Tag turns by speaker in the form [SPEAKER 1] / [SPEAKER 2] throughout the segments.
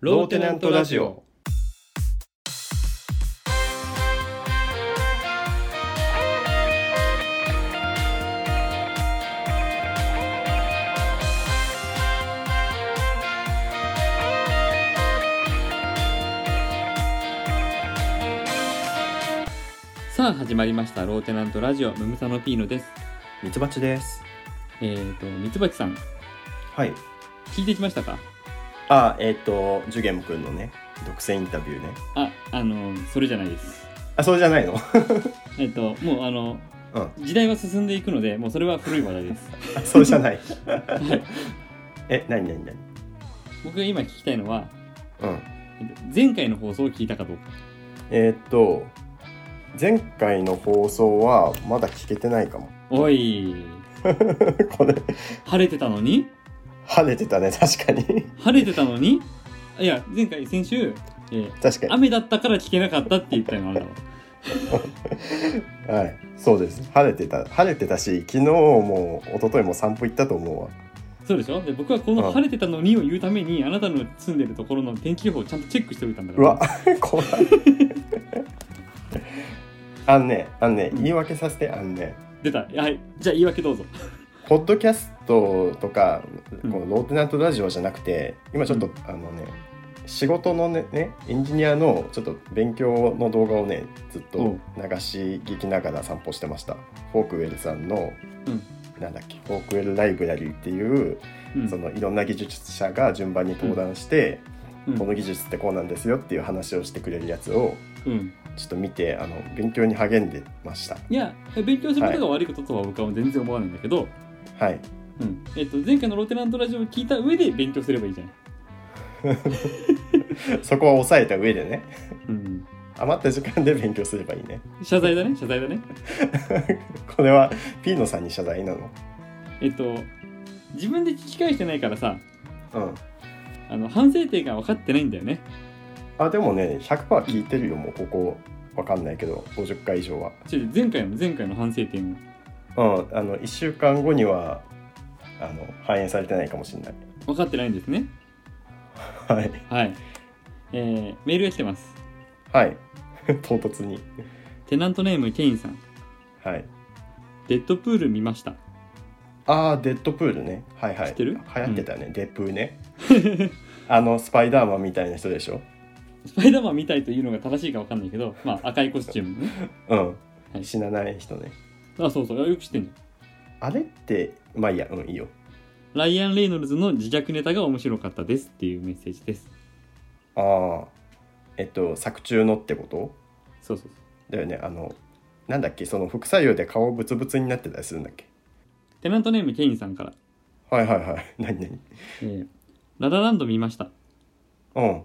[SPEAKER 1] ローテナントラジオ。
[SPEAKER 2] さあ始まりましたローテナントラジオムムサノピーノです
[SPEAKER 1] ミツバチです。
[SPEAKER 2] えっ、ー、とミツバチさん
[SPEAKER 1] はい。
[SPEAKER 2] 聞いてきましたか
[SPEAKER 1] あ、えっ、と、ジュゲム君のね、独占インタビューね。
[SPEAKER 2] ああのそれじゃないです
[SPEAKER 1] あ、それじゃないの
[SPEAKER 2] えっ、ともうあの
[SPEAKER 1] うん。
[SPEAKER 2] 時代は進んでいくのでもうそれは古い話題です
[SPEAKER 1] あそれじゃ ない。
[SPEAKER 2] はい
[SPEAKER 1] え、なになになに
[SPEAKER 2] 僕が今聞きたいのは
[SPEAKER 1] うん。
[SPEAKER 2] えっと前回の放送を聞いたかどうか
[SPEAKER 1] えっ、と、前回の放送はまだ聞けてないかも。
[SPEAKER 2] おい
[SPEAKER 1] これ、
[SPEAKER 2] 晴れてたのに
[SPEAKER 1] 晴れてたね、確かに。
[SPEAKER 2] 晴れてたのにあいや前回先週、えー
[SPEAKER 1] 確かに。
[SPEAKER 2] 雨だったから聞けなかったって言ったのあなたは
[SPEAKER 1] はい、そうです。晴れてた、晴れてたし、昨日も一昨日も散歩行ったと思うわ。
[SPEAKER 2] そうでしょで僕はこ
[SPEAKER 1] う
[SPEAKER 2] の
[SPEAKER 1] ん
[SPEAKER 2] 晴れてたのにを言うためにあなたの住んでるところの天気予報をちゃんとチェックしておいたんだか
[SPEAKER 1] う
[SPEAKER 2] ら
[SPEAKER 1] わ、 怖い。あんね、あんね、言い訳させて、あんね。
[SPEAKER 2] 出たはいじゃあ言い訳どうぞ
[SPEAKER 1] ポッドキャストとか、
[SPEAKER 2] うん
[SPEAKER 1] このローテナントラジオじゃなくて、今ちょっと、
[SPEAKER 2] うん
[SPEAKER 1] あのね、仕事のねねエンジニアのちょっと勉強の動画をねずっと流し聞きながら散歩してました、フォークウェルさんの、なんだっけフォークウェルライブラリーっていう
[SPEAKER 2] うん
[SPEAKER 1] そのいろんな技術者が順番に登壇して、
[SPEAKER 2] うん
[SPEAKER 1] この技術ってこうなんですよっていう話をしてくれるやつを
[SPEAKER 2] うん
[SPEAKER 1] ちょっと見てあの勉強に励んでました
[SPEAKER 2] いや勉強することが悪いこととは僕は全然思わないんだけど、
[SPEAKER 1] はい
[SPEAKER 2] うんえっと、前回のローテナントラジオを聞いた上で勉強すればいいじゃない、
[SPEAKER 1] そこは抑えた上でね
[SPEAKER 2] うん、
[SPEAKER 1] 余った時間で勉強すればいいね
[SPEAKER 2] 謝罪だね謝罪だね
[SPEAKER 1] これはピーノさんに謝罪なの
[SPEAKER 2] えっと自分で聞き返してないからさ
[SPEAKER 1] うん
[SPEAKER 2] あの反省点が分かってないんだよね
[SPEAKER 1] あでもね100%聞いてるよもうここわかんないけど50回以上は
[SPEAKER 2] ちょっと前回の前回の反省点を
[SPEAKER 1] うんあの1週間後にはあの反映されてないかもしれない
[SPEAKER 2] 分かってないんですね
[SPEAKER 1] はい
[SPEAKER 2] はい、えー、メールが来てます
[SPEAKER 1] はい 唐突に
[SPEAKER 2] テナントネームケインさん
[SPEAKER 1] はい
[SPEAKER 2] デッドプール見ました
[SPEAKER 1] ああデッドプールねはいはい
[SPEAKER 2] 知ってる
[SPEAKER 1] 流行ってたよね、デップーね あのスパイダーマンみたいな人でしょ
[SPEAKER 2] スパイダーマンみたいというのが正しいか分かんないけど、まあ、赤いコスチュームね
[SPEAKER 1] うん、
[SPEAKER 2] はい
[SPEAKER 1] 死なない人ね
[SPEAKER 2] あそうそうよく知ってんじゃん
[SPEAKER 1] あれってまあいいやうんいいよ
[SPEAKER 2] ライアン・レイノルズの自虐ネタが面白かったですっていうメッセージです
[SPEAKER 1] ああえっと作中のってこと
[SPEAKER 2] そうそうそう
[SPEAKER 1] だよねあのなんだっけその副作用で顔ブツブツになってたりするんだっけ
[SPEAKER 2] テナントネームケインさんから、
[SPEAKER 1] はいはいはい 何何
[SPEAKER 2] えーララランド見ました、
[SPEAKER 1] うん
[SPEAKER 2] え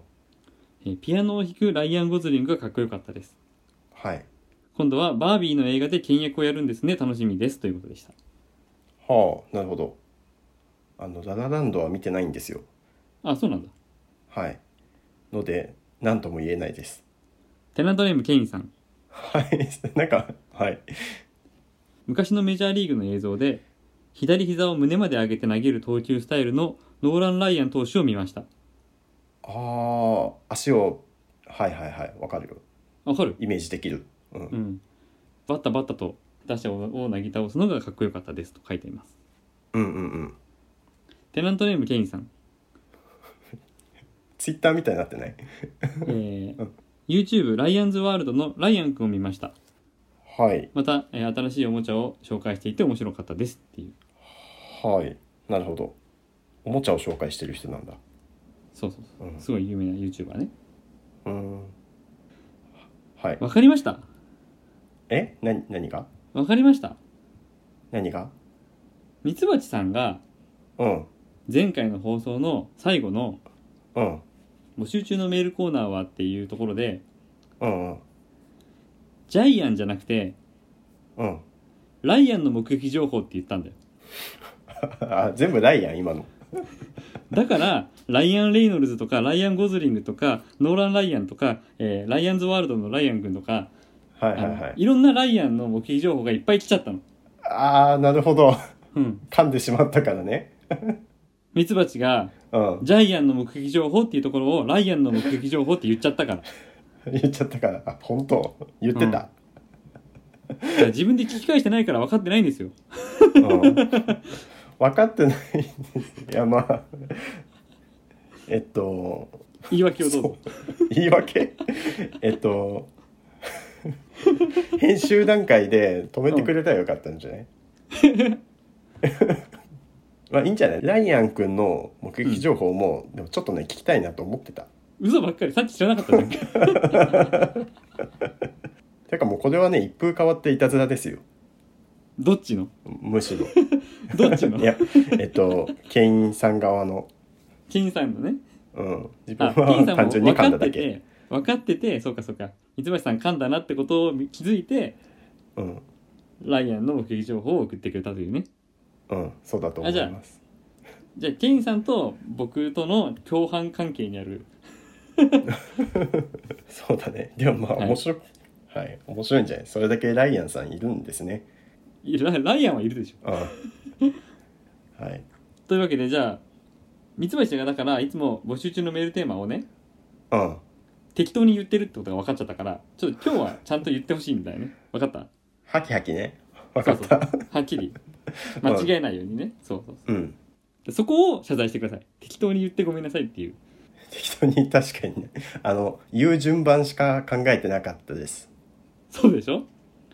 [SPEAKER 2] ーピアノを弾くライアン・ゴズリングがかっこよかったです
[SPEAKER 1] はい
[SPEAKER 2] 今度はバービーの映画で倹約をやるんですね楽しみですということでした
[SPEAKER 1] はあなるほどあのララランドは見てないんですよ
[SPEAKER 2] あそうなんだ
[SPEAKER 1] はいので何とも言えないです
[SPEAKER 2] テナントネームケインさん
[SPEAKER 1] はいなんかはい
[SPEAKER 2] 昔のメジャーリーグの映像で左膝を胸まで上げて投げる投球スタイルのノーラン・ライアン投手を見ました
[SPEAKER 1] ああ足をはいはいはいわかるよ
[SPEAKER 2] わかる
[SPEAKER 1] イメージできるうん、
[SPEAKER 2] うんバッタバッタと打者をなぎ倒すのがかっこよかったですと書いています
[SPEAKER 1] うんうんうん
[SPEAKER 2] テナントネームケインさん
[SPEAKER 1] ツイッターみたいになってない
[SPEAKER 2] えー
[SPEAKER 1] うん
[SPEAKER 2] YouTube ライアンズワールドのライアンくんを見ました
[SPEAKER 1] はい
[SPEAKER 2] また、えー新しいおもちゃを紹介していて面白かったですっていう
[SPEAKER 1] はいなるほどおもちゃを紹介してる人なんだ
[SPEAKER 2] そうそう
[SPEAKER 1] う
[SPEAKER 2] そうすごい有名な YouTuber ね
[SPEAKER 1] んうんはい
[SPEAKER 2] わかりました
[SPEAKER 1] えな何が
[SPEAKER 2] わかりました
[SPEAKER 1] 何が
[SPEAKER 2] ミツバチさんが
[SPEAKER 1] うん
[SPEAKER 2] 前回の放送の最後の
[SPEAKER 1] うん
[SPEAKER 2] 募集中のメールコーナーはっていうところで
[SPEAKER 1] うんうん
[SPEAKER 2] ジャイアンじゃなくて
[SPEAKER 1] うん
[SPEAKER 2] ライアンの目撃情報って言ったんだよ
[SPEAKER 1] あ全部ライアン今の
[SPEAKER 2] だからライアン・レイノルズとかライアン・ゴズリングとかノーラン・ライアンとか、えーライアンズ・ワールドのライアン君とか、
[SPEAKER 1] はい
[SPEAKER 2] あ
[SPEAKER 1] はい
[SPEAKER 2] の
[SPEAKER 1] はい
[SPEAKER 2] ろんなライアンの目撃情報がいっぱい来ちゃったの。
[SPEAKER 1] ああなるほど
[SPEAKER 2] うん、
[SPEAKER 1] 噛んでしまったからね
[SPEAKER 2] ミツバチが
[SPEAKER 1] うん
[SPEAKER 2] ジャイアンの目撃情報っていうところをライアンの目撃情報って言っちゃったから。
[SPEAKER 1] 言っちゃったからあ本当言ってた、
[SPEAKER 2] だから自分で聞き返してないから分かってないんですよ。
[SPEAKER 1] うん、分かってないんですいやまあえっと
[SPEAKER 2] 言い訳をどうぞ。
[SPEAKER 1] そう言い訳えっと編集段階で止めてくれたらよかったんじゃない、まあいいんじゃないライアン君の目撃情報も、でもちょっとね聞きたいなと思ってた
[SPEAKER 2] 嘘ばっかり。さっき知らなかったじゃ ん。
[SPEAKER 1] てかもうこれはね一風変わっていたずらですよ
[SPEAKER 2] どっちの
[SPEAKER 1] むしろ
[SPEAKER 2] どっちの
[SPEAKER 1] いやえっとケインさん側の
[SPEAKER 2] 金さん のね。
[SPEAKER 1] うん自分
[SPEAKER 2] あ、金さ
[SPEAKER 1] は
[SPEAKER 2] んも
[SPEAKER 1] 単純に
[SPEAKER 2] 分
[SPEAKER 1] 噛ん
[SPEAKER 2] か
[SPEAKER 1] だ
[SPEAKER 2] って
[SPEAKER 1] だけ
[SPEAKER 2] て、分かってて、そうかそうか。三橋さん噛んだなってことを気づいて、
[SPEAKER 1] うん
[SPEAKER 2] ライアンの目撃情報を送ってくれたというね。
[SPEAKER 1] うんそうだと思
[SPEAKER 2] あじゃ
[SPEAKER 1] い
[SPEAKER 2] あ
[SPEAKER 1] ます
[SPEAKER 2] じゃあ、ケインさんと僕との共犯関係にある。
[SPEAKER 1] そうだねでもまあ
[SPEAKER 2] はい
[SPEAKER 1] 面白くはい、面白いんじゃないそれだけライアンさんいるんですね
[SPEAKER 2] いラライアンはいるでしょ。
[SPEAKER 1] うんはい
[SPEAKER 2] というわけで、じゃあ、三橋がだから、いつも募集中のメールテーマをね、
[SPEAKER 1] うん
[SPEAKER 2] 適当に言ってるってことが分かっちゃったから、ちょっと今日はちゃんと言ってほしいんだよね。分かった
[SPEAKER 1] ハキハキねわかっ
[SPEAKER 2] そう
[SPEAKER 1] た
[SPEAKER 2] はっき り。間違えないようにね。そうそうそう
[SPEAKER 1] うん
[SPEAKER 2] でそこを謝罪してください。適当に言ってごめんなさいっていう。
[SPEAKER 1] 適当に確かにねあの言う順番しか考えてなかったです
[SPEAKER 2] そうでしょ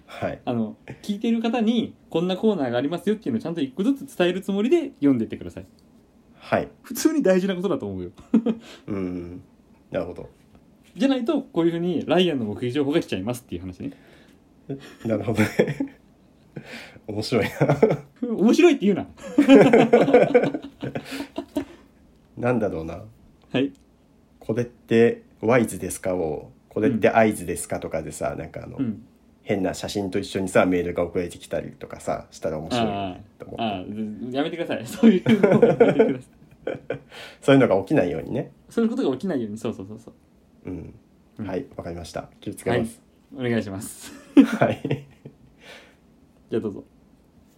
[SPEAKER 1] はい
[SPEAKER 2] あの、聞いてる方に、こんなコーナーがありますよっていうのをちゃんと一個ずつ伝えるつもりで読んでってください。
[SPEAKER 1] はい
[SPEAKER 2] 普通に大事なことだと思うよ。
[SPEAKER 1] うんなるほど
[SPEAKER 2] じゃないと、こういうふうに、ライアンの目撃情報が来ちゃいますっていう話ね。
[SPEAKER 1] なるほどね 面白い
[SPEAKER 2] 面白いって言うな。
[SPEAKER 1] ななんだろうな
[SPEAKER 2] はい。
[SPEAKER 1] これってワイズですかをこれって合図ですかとかでさ、なんかあの、
[SPEAKER 2] うん。
[SPEAKER 1] 変な写真と一緒にさメールが送られてきたりとかさしたら面白いよねと思って
[SPEAKER 2] ああ、ずやめてください。そういうのをやめてください。
[SPEAKER 1] そういうのが起きないようにね
[SPEAKER 2] そういうことが起きないように、そうそうそうそう。
[SPEAKER 1] うん、
[SPEAKER 2] うん
[SPEAKER 1] はいわかりました気をつけます
[SPEAKER 2] お願いします。
[SPEAKER 1] はい、
[SPEAKER 2] じゃあどうぞ。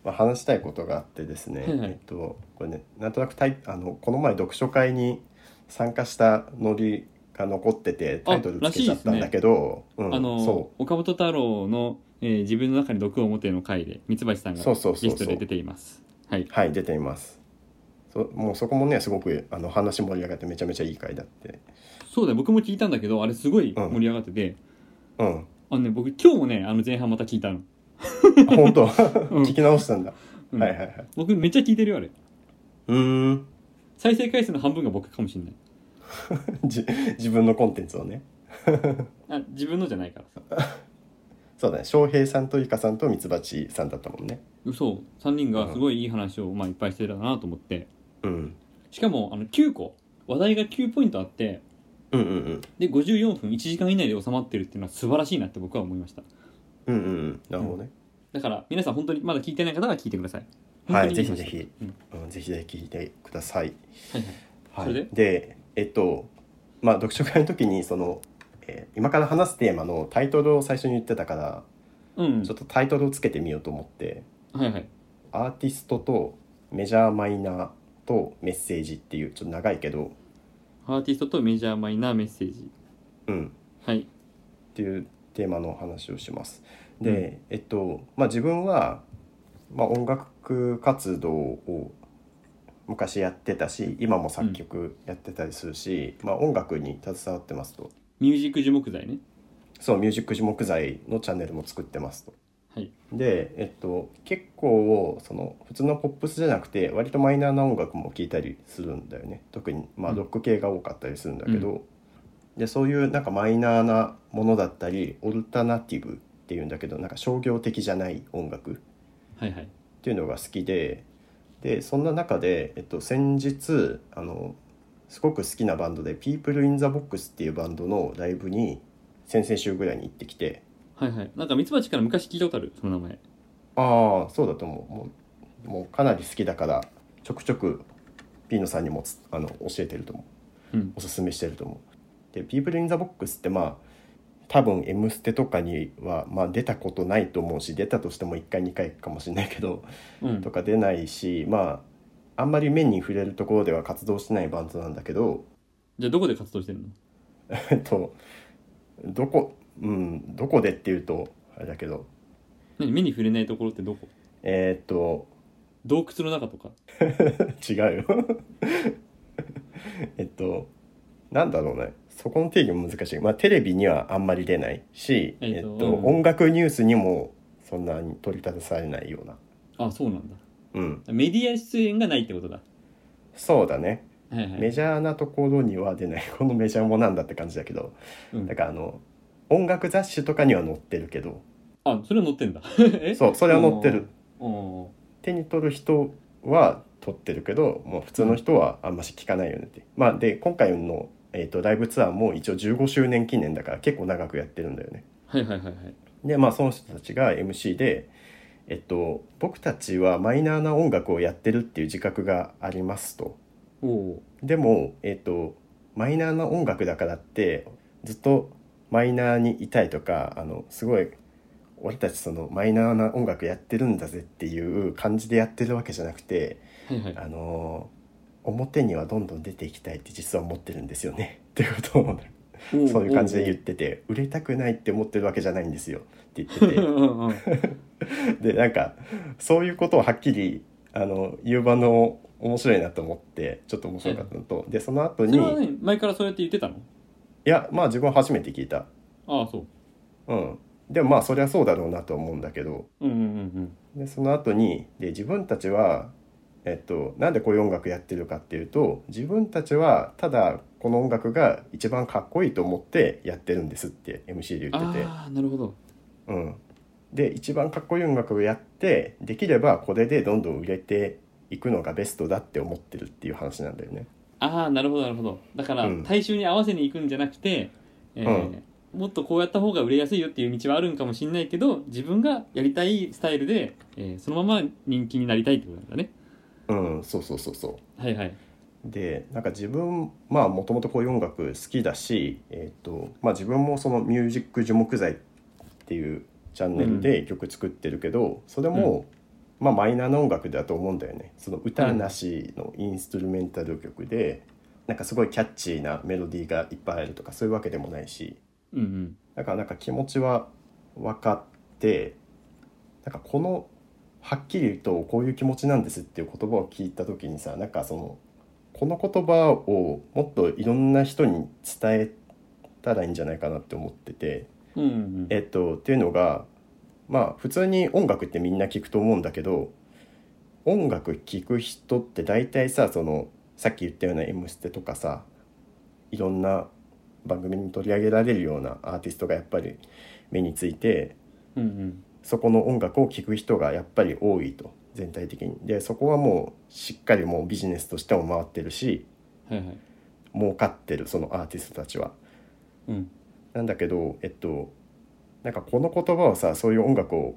[SPEAKER 1] まあ、話したいことがあってですね、
[SPEAKER 2] はいはい
[SPEAKER 1] えっとこれねなんとなくタイあのこの前読書会に参加したノリが残っててタイトルつけちゃったんだけど、うん、
[SPEAKER 2] あの、
[SPEAKER 1] そ
[SPEAKER 2] 岡本太郎の、えー自分の中に毒を持ての回で、三橋さん
[SPEAKER 1] う
[SPEAKER 2] が
[SPEAKER 1] そうそうそ
[SPEAKER 2] ゲ
[SPEAKER 1] う
[SPEAKER 2] スト
[SPEAKER 1] そ
[SPEAKER 2] で
[SPEAKER 1] う
[SPEAKER 2] 出ています。はい。
[SPEAKER 1] はい出ていますそもうそこもねすごくあの話盛り上がってめちゃめちゃいい回だって
[SPEAKER 2] そうだよ、僕も聞いたんだけど、あれすごい盛り上がってて、
[SPEAKER 1] うん
[SPEAKER 2] あのね、僕今日もね、あの前半また聞いたの。
[SPEAKER 1] あ本当
[SPEAKER 2] うん
[SPEAKER 1] 聞き直したんだ、
[SPEAKER 2] うん
[SPEAKER 1] はいはいはい
[SPEAKER 2] 僕めっちゃ聞いてるよ、あれ。
[SPEAKER 1] うーん
[SPEAKER 2] 再生回数の半分が僕かもしんない。
[SPEAKER 1] じ自分のコンテンツをね
[SPEAKER 2] あ、自分のじゃないからさ。
[SPEAKER 1] そうだね翔平さんとゆかさんとミツバチさんだったもんね
[SPEAKER 2] そう、3人がすごいいい話を、まあ、いっぱいしてたなと思って。
[SPEAKER 1] うん
[SPEAKER 2] しかも、あの、9個。話題が9ポイントあって、
[SPEAKER 1] うんうんうん
[SPEAKER 2] で、54分、1時間以内で収まってるっていうのは素晴らしいなって僕は思いました。
[SPEAKER 1] うんうんうんなるほどね、
[SPEAKER 2] だから、皆さん本当にまだ聞いてない方は聞いてください。
[SPEAKER 1] はい
[SPEAKER 2] 本当
[SPEAKER 1] ぜ
[SPEAKER 2] に話
[SPEAKER 1] ひぜひ、
[SPEAKER 2] うん
[SPEAKER 1] うん、ぜひぜひ聞いてください
[SPEAKER 2] はいはい
[SPEAKER 1] は
[SPEAKER 2] そ
[SPEAKER 1] い
[SPEAKER 2] れ
[SPEAKER 1] でえっとまあ読書会の時にその、えー今から話すテーマのタイトルを最初に言ってたから、
[SPEAKER 2] うんうん。
[SPEAKER 1] ちょっとタイトルをつけてみようと思って
[SPEAKER 2] はいはい。
[SPEAKER 1] アーティストとメジャーマイナーとメッセージっていうちょっと長いけど
[SPEAKER 2] アーティストとメジャーマイナーメッセージ。
[SPEAKER 1] うん
[SPEAKER 2] はい。
[SPEAKER 1] っていうテーマの話をします。で、えっとまあ自分は、まあ、音楽活動を昔やってたし今も作曲やってたりするし、まあ、音楽に携わってますと
[SPEAKER 2] ミュージック樹木材ね。
[SPEAKER 1] そうミュージック樹木材のチャンネルも作ってますと。
[SPEAKER 2] はい。
[SPEAKER 1] で、えっと、結構その普通のポップスじゃなくて割とマイナーな音楽も聴いたりするんだよね特に、まあ、
[SPEAKER 2] うん
[SPEAKER 1] ロック系が多かったりするんだけど、
[SPEAKER 2] う
[SPEAKER 1] でそういうなんかマイナーなものだったりオルタナティブっていうんだけどなんか商業的じゃない音楽っ
[SPEAKER 2] はいはい。
[SPEAKER 1] ていうのが好きででそんな中で、えっと、先日あのすごく好きなバンドで People in the Box っていうバンドのライブに先々週ぐらいに行ってきて
[SPEAKER 2] はいはい。なんかミツバチから昔聞いたことある、その名前。
[SPEAKER 1] ああそうだと思うもうもうかなり好きだからちょくちょくピーノさんにもつあの教えてると思う
[SPEAKER 2] うん。
[SPEAKER 1] おすすめしてると思うで「People in the Box」ってまあ多分「M ステ」とかには、まあ、出たことないと思うし出たとしても1回2回かもしれないけど
[SPEAKER 2] うん
[SPEAKER 1] と。か出ないしまああんまり目に触れるところでは活動してないバンドなんだけど、
[SPEAKER 2] じゃあどこで活動してるの
[SPEAKER 1] えっと、どこ、うん、どこでっていうと、あれだけど、
[SPEAKER 2] 何目に触れないところってどこ
[SPEAKER 1] えーっと、
[SPEAKER 2] 洞窟の中とか
[SPEAKER 1] 違うよ。 えっと、なんだろうね。そこの定義も難しい。まあ、テレビにはあんまり出ないし、
[SPEAKER 2] え
[SPEAKER 1] え
[SPEAKER 2] っ
[SPEAKER 1] っ
[SPEAKER 2] と
[SPEAKER 1] と、
[SPEAKER 2] うん
[SPEAKER 1] 音楽ニュースにもそんなに取り立てされないような。
[SPEAKER 2] あそうなんだ
[SPEAKER 1] うん。
[SPEAKER 2] メディア出演がないってことだ
[SPEAKER 1] そうだね。
[SPEAKER 2] はいは
[SPEAKER 1] メ
[SPEAKER 2] い
[SPEAKER 1] ジャーなところには出ない。 このメジャーもなんだって感じだけど。
[SPEAKER 2] うん
[SPEAKER 1] だから、あの、音楽雑誌とかには載ってるけど、
[SPEAKER 2] あそれは載ってんだえ
[SPEAKER 1] そう、それは載ってる。
[SPEAKER 2] おーお
[SPEAKER 1] 手に取る人は取ってるけど、もう普通の人はあんまし聞かないよねって。まあ、で、今回の、えっとライブツアーも一応15周年記念だから結構長くやってるんだよね。
[SPEAKER 2] ーはいはいはいはい
[SPEAKER 1] で、まあ、その人たちが MC で、えっと、僕たちはマイナーな音楽をやってるっていう自覚がありますと。
[SPEAKER 2] おお
[SPEAKER 1] でも、えっと、マイナーな音楽だからってずっとマイナーにいたいとかあのすごい俺たちそのマイナーな音楽やってるんだぜっていう感じでやってるわけじゃなくて、
[SPEAKER 2] はいはい
[SPEAKER 1] あの表にはどんどん出ていきたいって実は思ってるんですよね っていうことを
[SPEAKER 2] おー
[SPEAKER 1] そういう感じで言ってて売れたくないって思ってるわけじゃないんですよって言ってて
[SPEAKER 2] うんうんうん
[SPEAKER 1] でなんかそういうことをはっきりあの言う場の面白いなと思ってちょっと面白かったのと、でその後
[SPEAKER 2] そ
[SPEAKER 1] に
[SPEAKER 2] れはね前からそうやって言ってたの
[SPEAKER 1] いやまあ自分は初めて聞いた
[SPEAKER 2] ああそう
[SPEAKER 1] うんでもまあそりゃそうだろうなと思うんだけど
[SPEAKER 2] うんうんうん
[SPEAKER 1] でその後にで自分たちはえっとなんでこういう音楽やってるかっていうと自分たちはただこの音楽が一番かっこいいと思ってやってるんですって MC で
[SPEAKER 2] うん
[SPEAKER 1] 言ってて
[SPEAKER 2] ああなるほど
[SPEAKER 1] うん、で一番かっこいい音楽をやってできればこれでどんどん売れていくのがベストだって思ってるっていう話なんだよね。
[SPEAKER 2] ああなるほどなるほどだから
[SPEAKER 1] うん
[SPEAKER 2] 大衆に合わせに行くんじゃなくて、えーもっとこうやった方が売れやすいよっていう道はあるんかもしれないけど自分がやりたいスタイルで、えーそのまま人気になりたいってことなんだね
[SPEAKER 1] うん、そうそうそうそう
[SPEAKER 2] はいはい
[SPEAKER 1] でなんか自分まあもともとこういう音楽好きだし、えーとまあ、自分もそのミュージック樹木材っていうチャンネルで曲作ってるけど、それも、まあ、マイナーな音楽だと思うんだよねその歌なしのインストゥルメンタル曲で、なんかすごいキャッチーなメロディーがいっぱいあるとかそういうわけでもないし
[SPEAKER 2] うんうん
[SPEAKER 1] だからなんか気持ちは分かってなんかこのはっきり言うとこういう気持ちなんですっていう言葉を聞いた時にさなんかそのこの言葉をもっといろんな人に伝えたらいいんじゃないかなって思ってて。
[SPEAKER 2] うんうん
[SPEAKER 1] えっと、っていうのがまあ普通に音楽ってみんな聞くと思うんだけど音楽聴く人って大体さそのさっき言ったような「M ステ」とかさいろんな番組に取り上げられるようなアーティストがやっぱり目について
[SPEAKER 2] うんうん
[SPEAKER 1] そこの音楽を聴く人がやっぱり多いと全体的に。でそこはもうしっかりもうビジネスとしても回ってるし
[SPEAKER 2] はいはい
[SPEAKER 1] 儲かってるそのアーティストたちは。
[SPEAKER 2] うん
[SPEAKER 1] なんだけどえっとなんかこの言葉をさそういう音楽を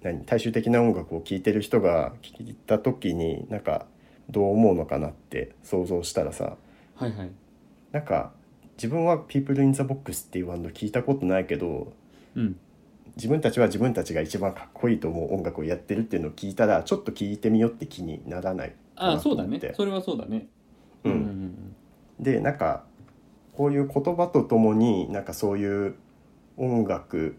[SPEAKER 1] 何大衆的な音楽を聴いてる人が聴いた時になんかどう思うのかなって想像したらさ
[SPEAKER 2] はいはい
[SPEAKER 1] なんか自分は「People in the Box」っていうバンド聞いたことないけど
[SPEAKER 2] うん
[SPEAKER 1] 自分たちは自分たちが一番かっこいいと思う音楽をやってるっていうのを聞いたらちょっと聞いてみようって気にならないか
[SPEAKER 2] あ
[SPEAKER 1] な
[SPEAKER 2] あ
[SPEAKER 1] と
[SPEAKER 2] そうだ
[SPEAKER 1] 思っ
[SPEAKER 2] ね
[SPEAKER 1] て
[SPEAKER 2] それはそうだね
[SPEAKER 1] うん
[SPEAKER 2] うん
[SPEAKER 1] でなんかこういう言葉とともになんかそういう音楽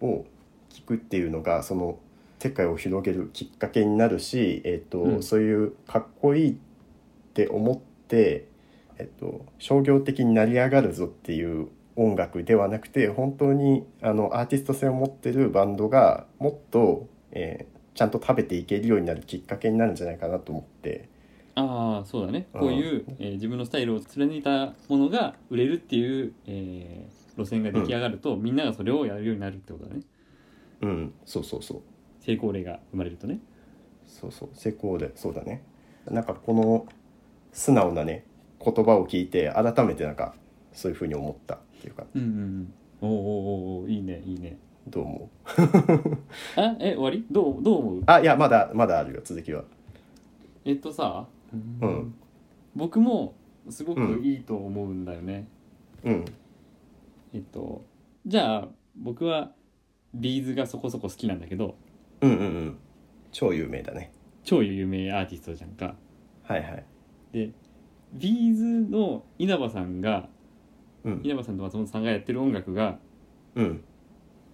[SPEAKER 1] を聴くっていうのがその世界を広げるきっかけになるし、えっと
[SPEAKER 2] うん
[SPEAKER 1] そういうかっこいいって思って、えっと商業的になり上がるぞっていう音楽ではなくて本当にあのアーティスト性を持ってるバンドがもっと、えーちゃんと食べていけるようになるきっかけになるんじゃないかなと思って。
[SPEAKER 2] ああそうだねこういう、えー自分のスタイルを貫いたものが売れるっていう、えー路線が出来上がると、みんながそれをやるようになるってことだね
[SPEAKER 1] うん、そうそうそう
[SPEAKER 2] 成功例が生まれるとね
[SPEAKER 1] そうそう成功でそうだねなんかこの素直なね言葉を聞いて改めてなんかそういうふうに思ったっていうか
[SPEAKER 2] うんうんうんおうおうおうおういいねいいね
[SPEAKER 1] どう思う
[SPEAKER 2] あえ終わりどうどう思う
[SPEAKER 1] あいやまだまだあるよ続きは
[SPEAKER 2] えっとさ、
[SPEAKER 1] うん
[SPEAKER 2] 僕もすごくいいと思うんだよね、
[SPEAKER 1] うん
[SPEAKER 2] えっとじゃあ僕はビーズがそこそこ好きなんだけど
[SPEAKER 1] うんうんうん超有名だね
[SPEAKER 2] 超有名アーティストじゃんか
[SPEAKER 1] はいはい
[SPEAKER 2] でビーズの稲葉さんが
[SPEAKER 1] うん
[SPEAKER 2] 稲葉さんと松本さんがやってる音楽が
[SPEAKER 1] うん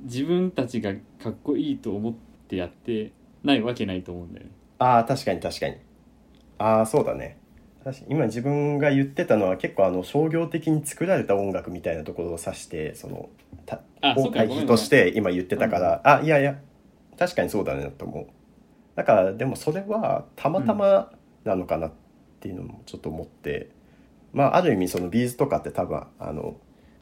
[SPEAKER 2] 自分たちがかっこいいと思ってやってないわけないと思うんだよね
[SPEAKER 1] ああ確かに確かにああそうだね確か今自分が言ってたのは結構あの商業的に作られた音楽みたいなところを指してそのた
[SPEAKER 2] あそ
[SPEAKER 1] を
[SPEAKER 2] うか
[SPEAKER 1] 対
[SPEAKER 2] ごめ
[SPEAKER 1] 比
[SPEAKER 2] ん
[SPEAKER 1] と
[SPEAKER 2] ごめ
[SPEAKER 1] し
[SPEAKER 2] ん
[SPEAKER 1] て今言ってたから、あいやいや確かにそうだねと思うだからでもそれはたまたまなのかなっていうのもちょっと思って、まあある意味そのビーズとかって多分あの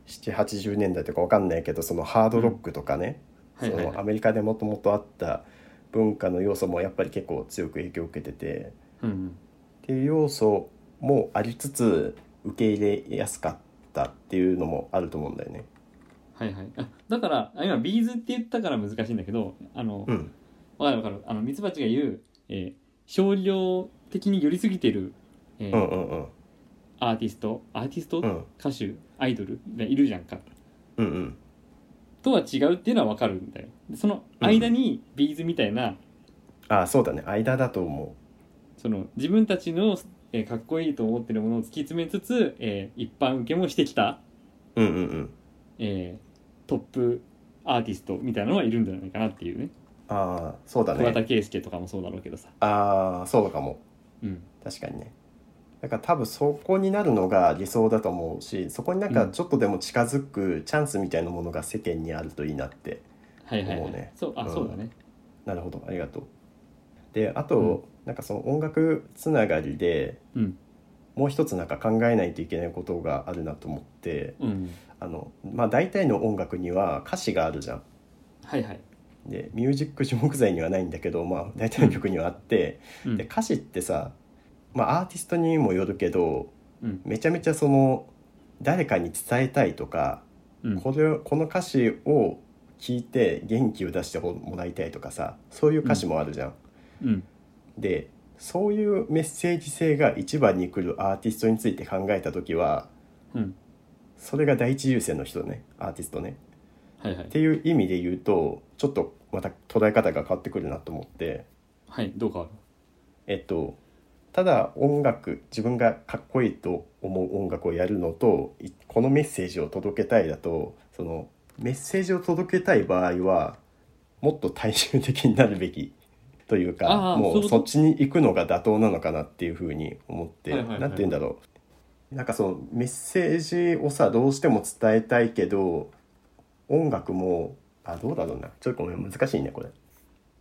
[SPEAKER 1] 780年代とかわかんないけどそのハードロックとかね、
[SPEAKER 2] はい
[SPEAKER 1] そ
[SPEAKER 2] はい
[SPEAKER 1] の
[SPEAKER 2] は
[SPEAKER 1] ア
[SPEAKER 2] い
[SPEAKER 1] メリカでもともとあった文化の要素もやっぱり結構強く影響を受けてて
[SPEAKER 2] うん
[SPEAKER 1] っていう要素もありつつ受け入れやすかったっていうのもあると思うんだよね。
[SPEAKER 2] はいはいあだからあ今ビーズって言ったから難しいんだけどあの、
[SPEAKER 1] うん、
[SPEAKER 2] わかるわかるあのミツバチが言う、えー少量的に寄りすぎてる、えー
[SPEAKER 1] うんうんうん
[SPEAKER 2] アーティストアーティスト、
[SPEAKER 1] うん
[SPEAKER 2] 歌手アイドルがいるじゃんか
[SPEAKER 1] うんうん
[SPEAKER 2] とは違うっていうのはわかるんだよでその間にビーズみたいな、
[SPEAKER 1] ああそうだね間だと思
[SPEAKER 2] その自分たちの、えーかっこいいと思ってるものを突き詰めつつ、えー一般受けもしてきた、
[SPEAKER 1] う。うんうんうん。
[SPEAKER 2] えートップアーティストみたいなのはいるんじゃないかなっていうね
[SPEAKER 1] ああそうだ
[SPEAKER 2] 桑田
[SPEAKER 1] ね。
[SPEAKER 2] 佳祐とかもそうだろうけどさ、
[SPEAKER 1] ああそうかも
[SPEAKER 2] うん、
[SPEAKER 1] 確かにね。だから多分そこになるのが理想だと思うしそこになんかちょっとでも近づくチャンスみたいなものが世間にあるといいなって
[SPEAKER 2] はいはい、
[SPEAKER 1] も
[SPEAKER 2] は
[SPEAKER 1] う
[SPEAKER 2] い
[SPEAKER 1] ね
[SPEAKER 2] そうあ、
[SPEAKER 1] うん
[SPEAKER 2] そうだね
[SPEAKER 1] なるほどありがとう。であと、
[SPEAKER 2] うん
[SPEAKER 1] なんかその音楽つながりで
[SPEAKER 2] うん
[SPEAKER 1] もう一つなんか考えないといけないことがあるなと思って
[SPEAKER 2] うん
[SPEAKER 1] あの、まあ、大体の音楽には歌詞があるじゃん。
[SPEAKER 2] はいはい、
[SPEAKER 1] でミュージック樹木材にはないんだけど、まあ、大体の曲にはあって、
[SPEAKER 2] うん
[SPEAKER 1] で歌詞ってさ、まあ、アーティストにもよるけど
[SPEAKER 2] うん
[SPEAKER 1] めちゃめちゃその誰かに伝えたいとか、
[SPEAKER 2] うん
[SPEAKER 1] これをこの歌詞を聞いて元気を出してもらいたいとかさそういう歌詞もあるじゃん
[SPEAKER 2] うん
[SPEAKER 1] でそういうメッセージ性が一番に来るアーティストについて考えた時は
[SPEAKER 2] うん
[SPEAKER 1] それが第一優先の人ねアーティストね
[SPEAKER 2] はいはい
[SPEAKER 1] っていう意味で言うとちょっとまた捉え方が変わってくるなと思って
[SPEAKER 2] はいどうか
[SPEAKER 1] えっとただ音楽自分がかっこいいと思う音楽をやるのといこのメッセージを届けたいだとそのメッセージを届けたい場合はもっと大衆的になるべきという
[SPEAKER 2] あ
[SPEAKER 1] か
[SPEAKER 2] あそう
[SPEAKER 1] もう
[SPEAKER 2] いうこと
[SPEAKER 1] そっちに行くのが妥当なのかなっていうふうに思って
[SPEAKER 2] はい
[SPEAKER 1] 何、
[SPEAKER 2] はいはい
[SPEAKER 1] なんて言うんだろうなんかそのメッセージをさどうしても伝えたいけど音楽もあどうだろうなちょっとごめん難しいねこれ。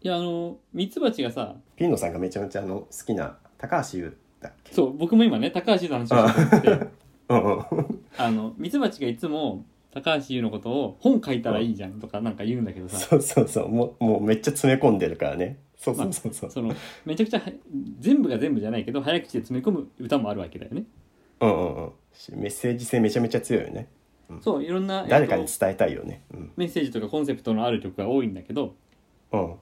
[SPEAKER 2] いやあのミツバチがさ
[SPEAKER 1] ピーノさんがめちゃめちゃあの好きな高橋優だっけ
[SPEAKER 2] そう僕も今ね高橋の話をしてて
[SPEAKER 1] うんうん
[SPEAKER 2] あのミツバチがいつも高橋優のことを「本書いたらいいじゃん」とかなんか言うんだけどさ
[SPEAKER 1] そうそうそうもうもうめっちゃ詰め込んでるからねそうそうそうそう、
[SPEAKER 2] そのめちゃくちゃは全部が全部じゃないけど早口で詰め込む歌もあるわけだよね。
[SPEAKER 1] うんうんうんしメッセージ性めちゃめちゃ強いよね
[SPEAKER 2] そういろんな、えっと
[SPEAKER 1] 誰かに伝えたいよねうん
[SPEAKER 2] メッセージとかコンセプトのある曲が多いんだけど
[SPEAKER 1] うん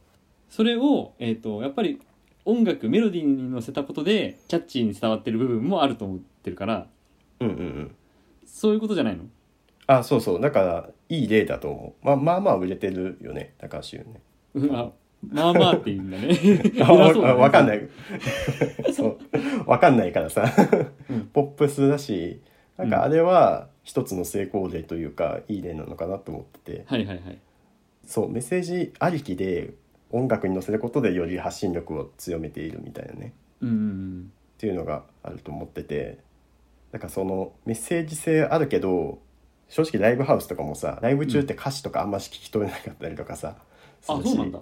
[SPEAKER 2] それを、えっとやっぱり音楽メロディーに乗せたことでキャッチーに伝わってる部分もあると思ってるから
[SPEAKER 1] うんうんうん
[SPEAKER 2] そういうことじゃないの
[SPEAKER 1] あそうそうだからいい例だと思うまあまあまあ売れてるよね高橋優ね
[SPEAKER 2] うんあまあまあって言うんだね。
[SPEAKER 1] あわ、あわ
[SPEAKER 2] 分
[SPEAKER 1] かん
[SPEAKER 2] い。
[SPEAKER 1] ない。 そう。わかんないからさ
[SPEAKER 2] うん。
[SPEAKER 1] ポップスだし、なんかあれは一つの成功例というか、いい例なのかなと思ってて。
[SPEAKER 2] はいはいはい。
[SPEAKER 1] そう、メッセージありきで音楽に乗せることでより発信力を強めているみたいなね。
[SPEAKER 2] うんうん
[SPEAKER 1] っていうのがあると思ってて。だからそのメッセージ性あるけど、正直ライブハウスとかもさ、ライブ中って歌詞とかあんまし聞き取れなかったりとかさ。
[SPEAKER 2] うん。あ
[SPEAKER 1] する
[SPEAKER 2] そ
[SPEAKER 1] し
[SPEAKER 2] うなんだ。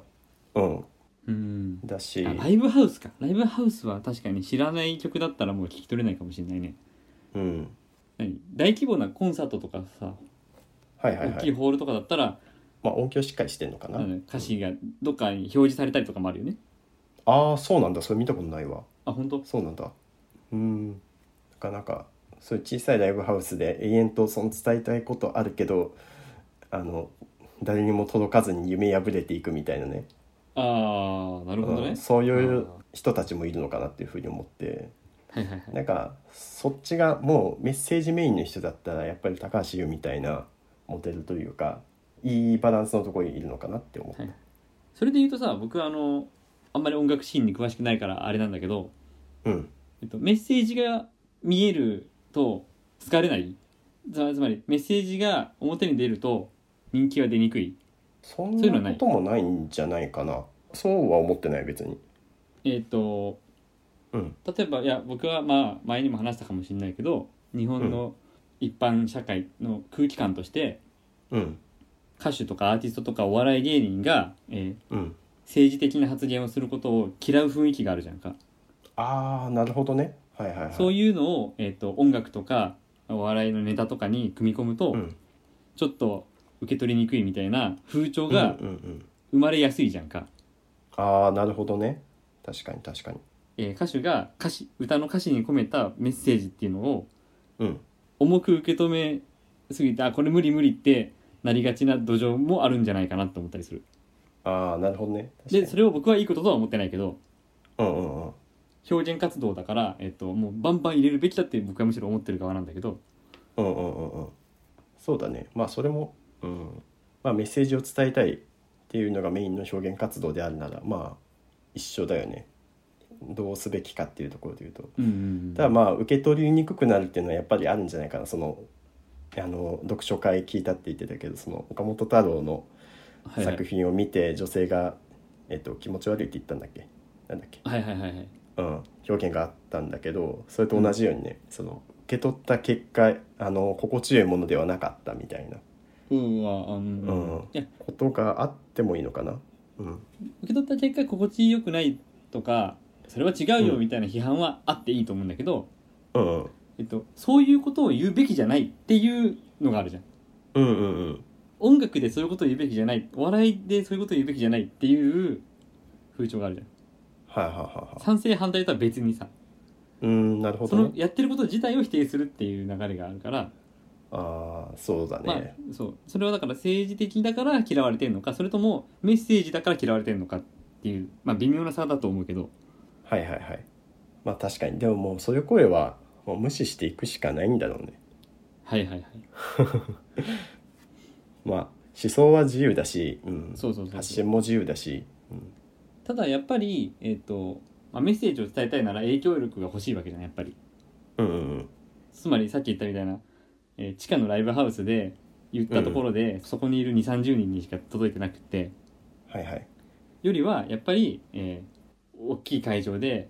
[SPEAKER 1] うん。
[SPEAKER 2] うん。
[SPEAKER 1] だし。
[SPEAKER 2] あライブハウスかライブハウスは確かに知らない曲だったらもう聞き取れないかもしれないね
[SPEAKER 1] うん。
[SPEAKER 2] 何大規模なコンサートとかさ
[SPEAKER 1] はいはい
[SPEAKER 2] 大
[SPEAKER 1] は
[SPEAKER 2] きい
[SPEAKER 1] い。
[SPEAKER 2] ホールとかだったら、
[SPEAKER 1] まあ音響しっかりしてんのかな。
[SPEAKER 2] あの歌詞がどっかに表示されたりとかもあるよね
[SPEAKER 1] ああそうなんだそれ見たことないわ
[SPEAKER 2] あ本当
[SPEAKER 1] そうなんだうんなかなかそういう小さいライブハウスで永遠とその伝えたいことあるけどあの誰にも届かずに夢破れていくみたいなね
[SPEAKER 2] ああなるほど
[SPEAKER 1] う
[SPEAKER 2] ね
[SPEAKER 1] んそうい
[SPEAKER 2] あ
[SPEAKER 1] う人たちもいるのかなっていうふうに思って
[SPEAKER 2] はいはいはい
[SPEAKER 1] なんかそっちがもうメッセージメインの人だったらやっぱり高橋優みたいなモデルというかいいバランスのところにいるのかなって思う、
[SPEAKER 2] はいそれで言うとさ僕はあのあんまり音楽シーンに詳しくないからあれなんだけど
[SPEAKER 1] うん
[SPEAKER 2] えっと、メッセージが見えると好かれないつまつまりメッセージが表に出ると人気が出にくい
[SPEAKER 1] そ
[SPEAKER 2] そういうのは
[SPEAKER 1] ん
[SPEAKER 2] な
[SPEAKER 1] ないこともないんじゃないかなそうは思ってない別に
[SPEAKER 2] えっと
[SPEAKER 1] うん
[SPEAKER 2] 例えばいや僕はまあ前にも話したかもしれないけど日本の一般社会の空気感として
[SPEAKER 1] うん
[SPEAKER 2] 歌手とかアーティストとかお笑い芸人が、えー
[SPEAKER 1] うん
[SPEAKER 2] 政治的な発言をすることを嫌う雰囲気があるじゃんか、
[SPEAKER 1] ああなるほどねはいはいはい
[SPEAKER 2] そう
[SPEAKER 1] い
[SPEAKER 2] いうのを、えー、と音楽とかお笑いのネタとかに組み込むと、
[SPEAKER 1] うん
[SPEAKER 2] ちょっと受け取りにくいみたいな風潮
[SPEAKER 1] うんうんう
[SPEAKER 2] が
[SPEAKER 1] ん
[SPEAKER 2] 生まれやすいじゃんか、
[SPEAKER 1] ああなるほどね確かに確かに
[SPEAKER 2] えー歌手が歌詞歌の歌詞に込めたメッセージっていうのを
[SPEAKER 1] うん
[SPEAKER 2] 重く受け止めすぎてあこれ無理無理ってなりがちな土壌もあるんじゃないかなと思ったりする
[SPEAKER 1] ああなるほどね確かに
[SPEAKER 2] でそれを僕はいいこととは思ってないけど
[SPEAKER 1] うんうんうん
[SPEAKER 2] 表現活動だから、えっと、もうバンバン入れるべきだって僕はむしろ思ってる側なんだけど
[SPEAKER 1] うんうんうんうんそうだねまあそれも、うんまあ、メッセージを伝えたいっていうのがメインの表現活動であるならまあ一緒だよねどうすべきかっていうところで言うと
[SPEAKER 2] うんうん
[SPEAKER 1] ただまあ受け取りにくくなるっていうのはやっぱりあるんじゃないかなそのあの読書会聞いたって言ってたけどその岡本太郎の
[SPEAKER 2] はいはい
[SPEAKER 1] 作品を見て女性が、えっと、気持ち悪いって言ったんだっけなんだっけ、
[SPEAKER 2] はいはいはいはい
[SPEAKER 1] うん、表現があったんだけどそれと同じようにね、その受け取った結果あの心地よいものではなかったみたいな
[SPEAKER 2] うんはうん
[SPEAKER 1] うん
[SPEAKER 2] いや
[SPEAKER 1] ことがあってもいいのかな。うん、
[SPEAKER 2] 受け取った結果心地よくないとかそれは違うよみたいな批判はあっていいと思うんだけど、
[SPEAKER 1] うんうん
[SPEAKER 2] えっと、そういうことを言うべきじゃないっていうのがあるじゃん
[SPEAKER 1] うんうんうん
[SPEAKER 2] 音楽でそういうことを言うべきじゃないお笑いでそういうことを言うべきじゃないっていう風潮があるじゃん
[SPEAKER 1] はいはいはいはい
[SPEAKER 2] 賛成反対とは別にさ
[SPEAKER 1] うんなるほ
[SPEAKER 2] そ
[SPEAKER 1] ど
[SPEAKER 2] の
[SPEAKER 1] ね
[SPEAKER 2] やってること自体を否定するっていう流れがあるから、
[SPEAKER 1] ああそうだ
[SPEAKER 2] まあ
[SPEAKER 1] ね、
[SPEAKER 2] そうそれはだから政治的だから嫌われてるのかそれともメッセージだから嫌われてるのかっていう、まあ、微妙な差だと思うけど
[SPEAKER 1] はいはいはいまあ確かにでももうそういう声はもう無視していくしかないんだろうね
[SPEAKER 2] はいはいはい
[SPEAKER 1] まあ思想は自由だし、うん、
[SPEAKER 2] そうそうそうそう
[SPEAKER 1] 発信も自由だし、うん、
[SPEAKER 2] ただやっぱり、えっとまあ、メッセージを伝えたいなら影響力が欲しいわけじゃんやっぱり
[SPEAKER 1] うんうんうん
[SPEAKER 2] つまりさっき言ったみたいな、えー地下のライブハウスで言ったところで、そこにいる2 3 0人にしか届いてなくて
[SPEAKER 1] はいはい
[SPEAKER 2] よりはやっぱり、えー大きい会場で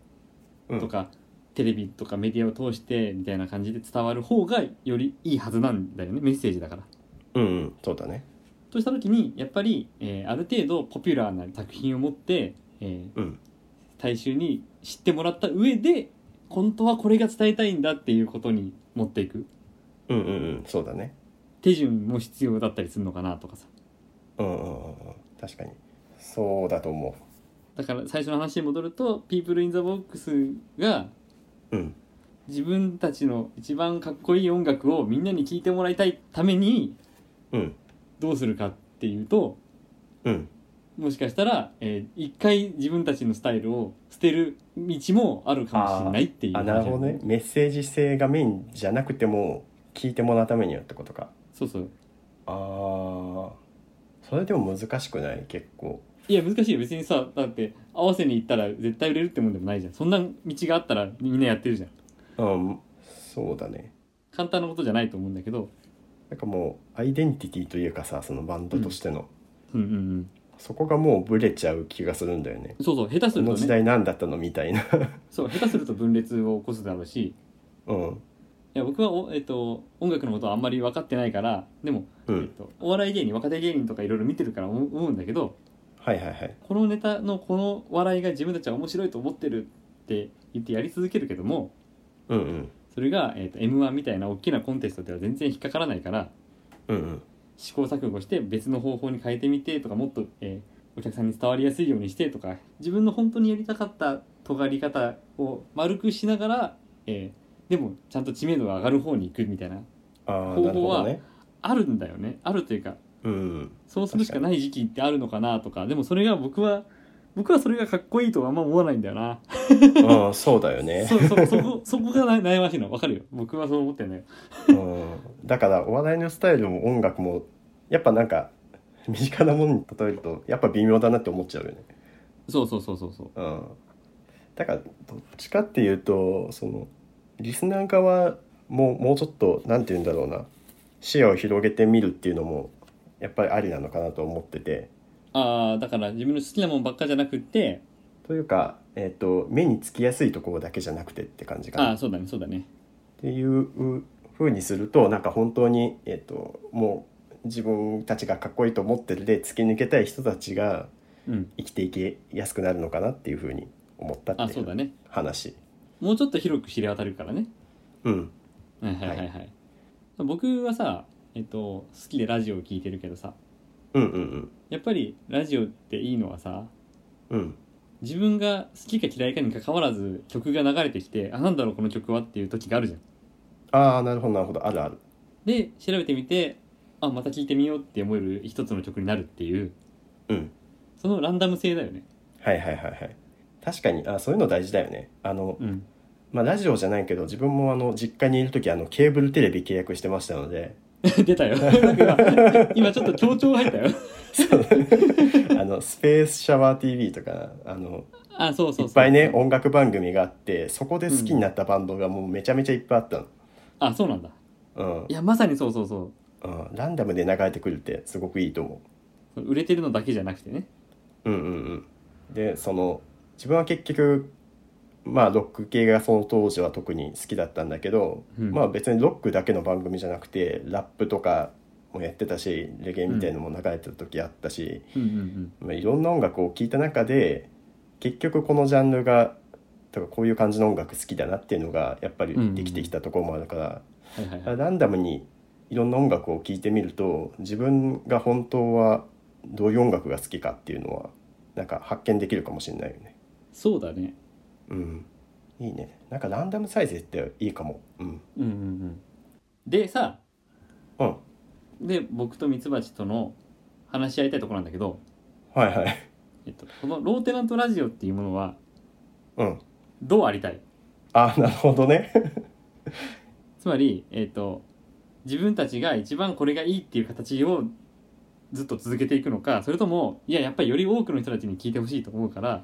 [SPEAKER 1] うん
[SPEAKER 2] とか、テレビとかメディアを通してみたいな感じで伝わる方がよりいいはずなんだよねメッセージだから。
[SPEAKER 1] うんうんそうだね
[SPEAKER 2] とした時にやっぱり、えーある程度ポピュラーな作品を持って、えー
[SPEAKER 1] うん
[SPEAKER 2] 大衆に知ってもらった上で本当はこれが伝えたいんだっていうことに持っていく
[SPEAKER 1] うんうんうんそうだね
[SPEAKER 2] 手順も必要だったりするのかなとかさ
[SPEAKER 1] うんうんうんうん確かにそうだと思
[SPEAKER 2] だから最初の話に戻ると「People in the Box」が
[SPEAKER 1] ううん
[SPEAKER 2] 自分たちの一番かっこいい音楽をみんなに聴いてもらいたいために
[SPEAKER 1] うん
[SPEAKER 2] どうするかっていうと
[SPEAKER 1] うん
[SPEAKER 2] もしかしたら、えー一回自分たちのスタイルを捨てる道もあるかもしれないっていう
[SPEAKER 1] あ
[SPEAKER 2] 話
[SPEAKER 1] なるほどねメッセージ性がメインじゃなくても聞いてもらうためにはってことか
[SPEAKER 2] そうそう
[SPEAKER 1] あーそれでも難しくない結構
[SPEAKER 2] いや難しいよ別にさだって合わせに行ったら絶対売れるってもんでもないじゃんそんな道があったらみんなやってるじゃん
[SPEAKER 1] うんそうだね
[SPEAKER 2] 簡単なことじゃないと思うんだけど
[SPEAKER 1] なんかもうアイデンティティというかさそのバンドとしての、
[SPEAKER 2] うんうんうん
[SPEAKER 1] そこがもうブレちゃう気がするんだよね
[SPEAKER 2] そうそう下手す
[SPEAKER 1] こ
[SPEAKER 2] ると
[SPEAKER 1] の時
[SPEAKER 2] ね
[SPEAKER 1] 代何だったのみたいな
[SPEAKER 2] そう下手すると分裂を起こすだろうし
[SPEAKER 1] うん
[SPEAKER 2] いや僕はお、えっと、音楽のことはあんまり分かってないからでも、
[SPEAKER 1] う
[SPEAKER 2] えっ
[SPEAKER 1] ん
[SPEAKER 2] と、お笑い芸人若手芸人とかいろいろ見てるから思う思うんだけど
[SPEAKER 1] はいはいはい
[SPEAKER 2] このネタのこの笑いが自分たちは面白いと思ってるって言ってやり続けるけども
[SPEAKER 1] うんうん
[SPEAKER 2] それが、えっと、m 1みたいな大きなコンテストでは全然引っかからないから
[SPEAKER 1] うんうん
[SPEAKER 2] 試行錯誤して別の方法に変えてみてとかもっと、えーお客さんに伝わりやすいようにしてとか自分の本当にやりたかった尖り方を丸くしながら、えーでもちゃんと知名度が上がる方に行くみたいな
[SPEAKER 1] ああ
[SPEAKER 2] 方法は
[SPEAKER 1] なるほどね
[SPEAKER 2] あるんだよねあるというか
[SPEAKER 1] うん
[SPEAKER 2] そうするしかない時期ってあるのかなとかでもそれが僕は僕はそれがかっこいいとはあんま思わないんだよな、
[SPEAKER 1] うんそうだよね
[SPEAKER 2] そそそこそこがな悩ましいのわかるよ僕はそう思ってんだよ
[SPEAKER 1] うんだからお笑いのスタイルも音楽もやっぱなんか身近なものに例えるとやっぱ微妙だなって思っちゃうよね
[SPEAKER 2] そうそうそうそうそう
[SPEAKER 1] うんだからどっちかっていうとそのリスナー側ももうちょっとなんて言うんだろうな視野を広げてみるっていうのもやっぱりありなのかなと思ってて
[SPEAKER 2] ああだから自分の好きなもんばっかじゃなくって
[SPEAKER 1] というか、えー、と目につきやすいところだけじゃなくてって感じか
[SPEAKER 2] あ
[SPEAKER 1] な
[SPEAKER 2] あ
[SPEAKER 1] っ
[SPEAKER 2] そうだねそうだね
[SPEAKER 1] ていう風にするとなんか本当に、えー、ともう自分たちがかっこいいと思ってるで突き抜けたい人たちが
[SPEAKER 2] うん
[SPEAKER 1] 生きていけやすくなるのかなっていう風に思った
[SPEAKER 2] あ
[SPEAKER 1] ってい
[SPEAKER 2] そう
[SPEAKER 1] う
[SPEAKER 2] だね
[SPEAKER 1] 話。
[SPEAKER 2] もうちょっと広く知れ渡るからね
[SPEAKER 1] うん、
[SPEAKER 2] はいはいはいはい、僕はさえっと好きでラジオを聞いてるけどさ
[SPEAKER 1] うんうん
[SPEAKER 2] やっぱりラジオっていいのはさ
[SPEAKER 1] うんうん
[SPEAKER 2] 自分が好きか嫌いかにかかわらず曲が流れてきてあなんだろうこの曲はっていう時があるじゃん
[SPEAKER 1] ああなるほどなるほどあるある
[SPEAKER 2] で調べてみてあまた聴いてみようって思える一つの曲になるっていう
[SPEAKER 1] うん
[SPEAKER 2] そのランダム性だよね
[SPEAKER 1] はいはいはいはい確かにあそういうの大事だよねあの、
[SPEAKER 2] うん
[SPEAKER 1] まあ、ラジオじゃないけど自分もあの実家にいる時あのケーブルテレビ契約してましたので
[SPEAKER 2] 出たよ なんか今ちょっと強調入ったよ
[SPEAKER 1] あのスペースシャワー TV とかあの
[SPEAKER 2] あそうそうそうい
[SPEAKER 1] いっぱいね音楽番組があってそこで好きになったバンドがもうめちゃめちゃいっぱいあったの、
[SPEAKER 2] あそうなんだ
[SPEAKER 1] うん
[SPEAKER 2] いやまさにそうそうそう
[SPEAKER 1] うんランダムで流れてくるってすごくいいと思
[SPEAKER 2] その売れてるのだけじゃなくてね
[SPEAKER 1] ううんうんうんでその自分は結局まあロック系がその当時は特に好きだったんだけど、
[SPEAKER 2] うん
[SPEAKER 1] まあ別にロックだけの番組じゃなくてラップとかもやってたしレゲエみたいのも流れてた時あったし、
[SPEAKER 2] うんうんうん
[SPEAKER 1] まあ、いろんな音楽を聴いた中で結局このジャンルがとかこういう感じの音楽好きだなっていうのがやっぱりできてきたところもあるから、
[SPEAKER 2] はいはいはい
[SPEAKER 1] ランダムにいろんな音楽を聴いてみると自分が本当はどういう音楽が好きかっていうのはなんか発見できるかもしれないよね。
[SPEAKER 2] そうだね
[SPEAKER 1] うん、いいねなんかランダム再生っていいかも。うん、
[SPEAKER 2] うんうんうんでさ
[SPEAKER 1] うん、
[SPEAKER 2] で僕とミツバチとの話し合いたいところなんだけど、
[SPEAKER 1] はいはい。
[SPEAKER 2] えっと、このローテナントラジオっていうものは
[SPEAKER 1] うん、
[SPEAKER 2] どうありたい
[SPEAKER 1] あなるほどね。
[SPEAKER 2] つまり、えっと、自分たちが一番これがいいっていう形をずっと続けていくのかそれともいややっぱりより多くの人たちに聞いてほしいと思うから、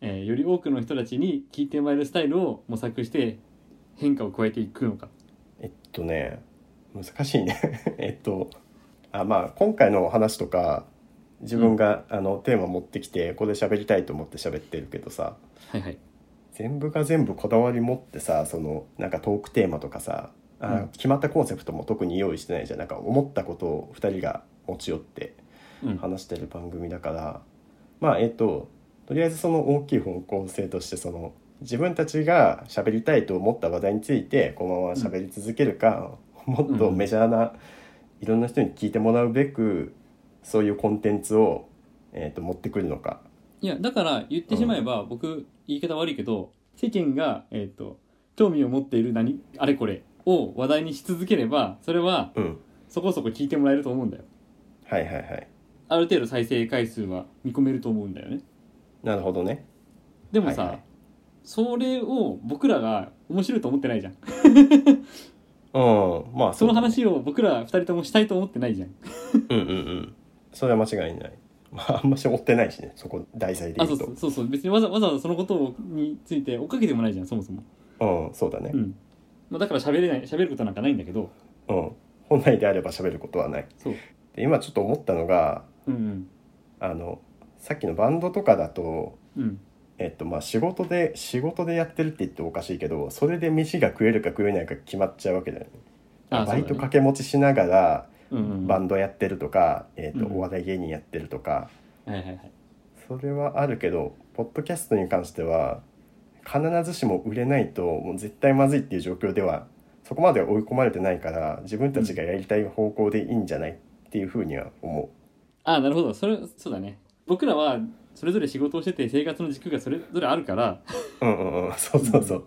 [SPEAKER 2] えーより多くの人たちに聞いてもらえるスタイルを模索して変化を加えていくのか。
[SPEAKER 1] えっとね難しいね えっとあまあ今回のお話とか自分が、あのテーマ持ってきてここで喋りたいと思って喋ってるけどさ
[SPEAKER 2] はいはい、
[SPEAKER 1] 全部が全部こだわり持ってさそのなんかトークテーマとかさあ、
[SPEAKER 2] うん
[SPEAKER 1] 決まったコンセプトも特に用意してないじゃんなんか思ったことを2人が持ち寄って
[SPEAKER 2] うん
[SPEAKER 1] 話してる番組だから、まあえっととりあえずその大きい方向性としてその自分たちが喋りたいと思った話題についてこのまま喋り続けるか、もっとメジャーな、いろんな人に聞いてもらうべくそういうコンテンツを、えっと持ってくるのか。
[SPEAKER 2] いやだから言ってしまえば、僕言い方悪いけど世間が、えっと興味を持っている何あれこれを話題にし続ければそれは
[SPEAKER 1] うん、
[SPEAKER 2] そこそこ聞いてもらえると思うんだよ。
[SPEAKER 1] はいはいはい
[SPEAKER 2] ある程度再生回数は見込めると思うんだよね。
[SPEAKER 1] なるほどね。
[SPEAKER 2] でもさ、
[SPEAKER 1] はいはい
[SPEAKER 2] それを僕らが面白いと思ってないじゃん。
[SPEAKER 1] うん、まあ
[SPEAKER 2] その
[SPEAKER 1] うだね
[SPEAKER 2] 話を僕ら二人ともしたいと思ってないじゃん。
[SPEAKER 1] うんうんうんそれは間違いないまああんまし追ってないしねそこ題材で
[SPEAKER 2] あ
[SPEAKER 1] 言
[SPEAKER 2] そうう
[SPEAKER 1] と
[SPEAKER 2] そうそうそう別にわざわざわざそのことをについて追っかけてもないじゃんそもそも。
[SPEAKER 1] うんそうだね
[SPEAKER 2] うん。まあ、だから喋れない喋ることなんかないんだけど。
[SPEAKER 1] うん、本来であれば喋ることはない
[SPEAKER 2] そう。
[SPEAKER 1] で今ちょっと思ったのが
[SPEAKER 2] うん
[SPEAKER 1] あのさっきのバンドとかだと
[SPEAKER 2] うんうん。
[SPEAKER 1] えっとまあ仕事で仕事でやってるって言っておかしいけどそれで飯が食えるか食えないか決まっちゃうわけだよね
[SPEAKER 2] あ
[SPEAKER 1] バイト
[SPEAKER 2] そうだ
[SPEAKER 1] 掛
[SPEAKER 2] ね
[SPEAKER 1] け持ちしながら
[SPEAKER 2] うんうん、
[SPEAKER 1] バンドやってるとか、えっと
[SPEAKER 2] うん
[SPEAKER 1] お笑い芸人やってるとか、
[SPEAKER 2] はいはいはい。
[SPEAKER 1] それはあるけどポッドキャストに関しては必ずしも売れないともう絶対まずいっていう状況ではそこまでは追い込まれてないから自分たちがやりたい方向でいいんじゃないっていうふうには思
[SPEAKER 2] あなるほどそれそうだね。僕らはそれぞれ仕事をしてて生活の軸がそれぞれあるから。
[SPEAKER 1] う。うんうんうん、そうそうそう。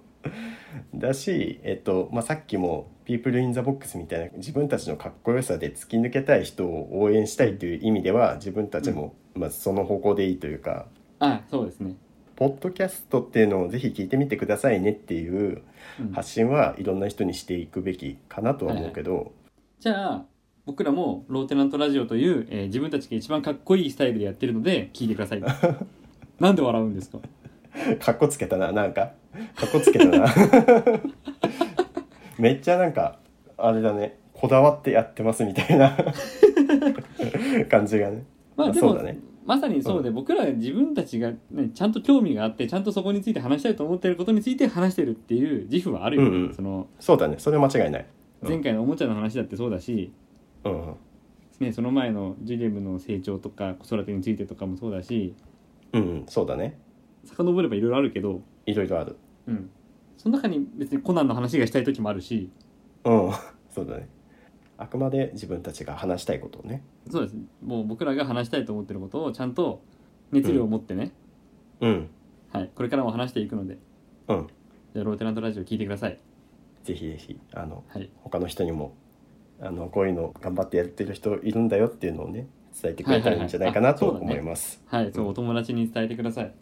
[SPEAKER 1] だし、えっとまあ、さっきも「People in the Box」みたいな自分たちのかっこよさで突き抜けたい人を応援したいという意味では自分たちも、まあ、その方向でいいというか
[SPEAKER 2] あそうですね。
[SPEAKER 1] ポッドキャストっていうのをぜひ聞いてみてくださいねっていう
[SPEAKER 2] うん
[SPEAKER 1] 発信はいろんな人にしていくべきかなとは思うけど、
[SPEAKER 2] じゃあ僕らもローテナントラジオという、 えー自分たちが一番かっこいいスタイルでやってるので聞いてくださいなんで笑うんですか
[SPEAKER 1] かっこつけたななんかかっこつけたな めっちゃなんかあれだねこだわってやってますみたいな感じがね
[SPEAKER 2] まあ
[SPEAKER 1] あ
[SPEAKER 2] で
[SPEAKER 1] そ
[SPEAKER 2] も、
[SPEAKER 1] うだね
[SPEAKER 2] まさにそうで、僕ら自分たちが、ね、ちゃんと興味があってちゃんとそこについて話したいと思ってることについて話してるっていう自負はあるよ、ね
[SPEAKER 1] うんうん
[SPEAKER 2] その
[SPEAKER 1] そうだねそれは間違いないうん
[SPEAKER 2] 前回のおもちゃの話だってそうだし、
[SPEAKER 1] うんうん
[SPEAKER 2] ね、その前のジュリエムの成長とか子育てについてとかもそうだし
[SPEAKER 1] うんうんそうだね
[SPEAKER 2] 遡ればいろいろあるけど、
[SPEAKER 1] いろいろある
[SPEAKER 2] うん、その中に別にコナンの話がしたい時もあるし
[SPEAKER 1] うんそうだねあくまで自分たちが話したいことをね
[SPEAKER 2] そうですもう僕らが話したいと思ってることをちゃんと熱量を持ってね、
[SPEAKER 1] うん
[SPEAKER 2] はい、これからも話していくので
[SPEAKER 1] うん
[SPEAKER 2] じゃあローテナントラジオ聞いてください。
[SPEAKER 1] ぜひぜひあの
[SPEAKER 2] はい
[SPEAKER 1] 他の人にもあのこういうの頑張ってやってる人いるんだよっていうのをね伝えてくれたらいいんじゃないかなと
[SPEAKER 2] はいはいはいあそうだ
[SPEAKER 1] 思
[SPEAKER 2] ね
[SPEAKER 1] います。
[SPEAKER 2] はい、そう、お友達に伝えてくださ い。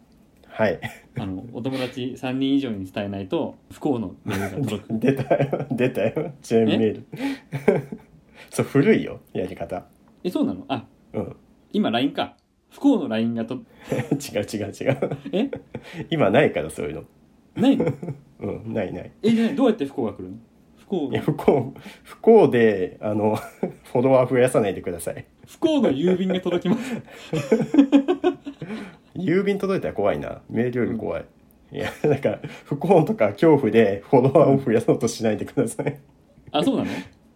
[SPEAKER 1] はい、
[SPEAKER 2] あの、お友達3人以上に伝えないと、不幸のメールが 届く。
[SPEAKER 1] 出たよ出たよチェーンメール。 そう古いよやり方。
[SPEAKER 2] え、そうなのあ、
[SPEAKER 1] うん、
[SPEAKER 2] 今 LINE か。不幸の LINE がと、
[SPEAKER 1] 違う違う違う
[SPEAKER 2] え
[SPEAKER 1] 今ないからそういうの、
[SPEAKER 2] ないの
[SPEAKER 1] うん、ないない
[SPEAKER 2] え、じゃあどうやって不幸が来るの不幸
[SPEAKER 1] いや
[SPEAKER 2] の、
[SPEAKER 1] 不幸不幸であの フォロワー増やさないでください
[SPEAKER 2] 不幸の郵便が届きます。
[SPEAKER 1] 郵便届いたら怖いなメールより怖い、いやだから不幸とか恐怖でフォロワーを増やそうとしないでください
[SPEAKER 2] あ、そうなの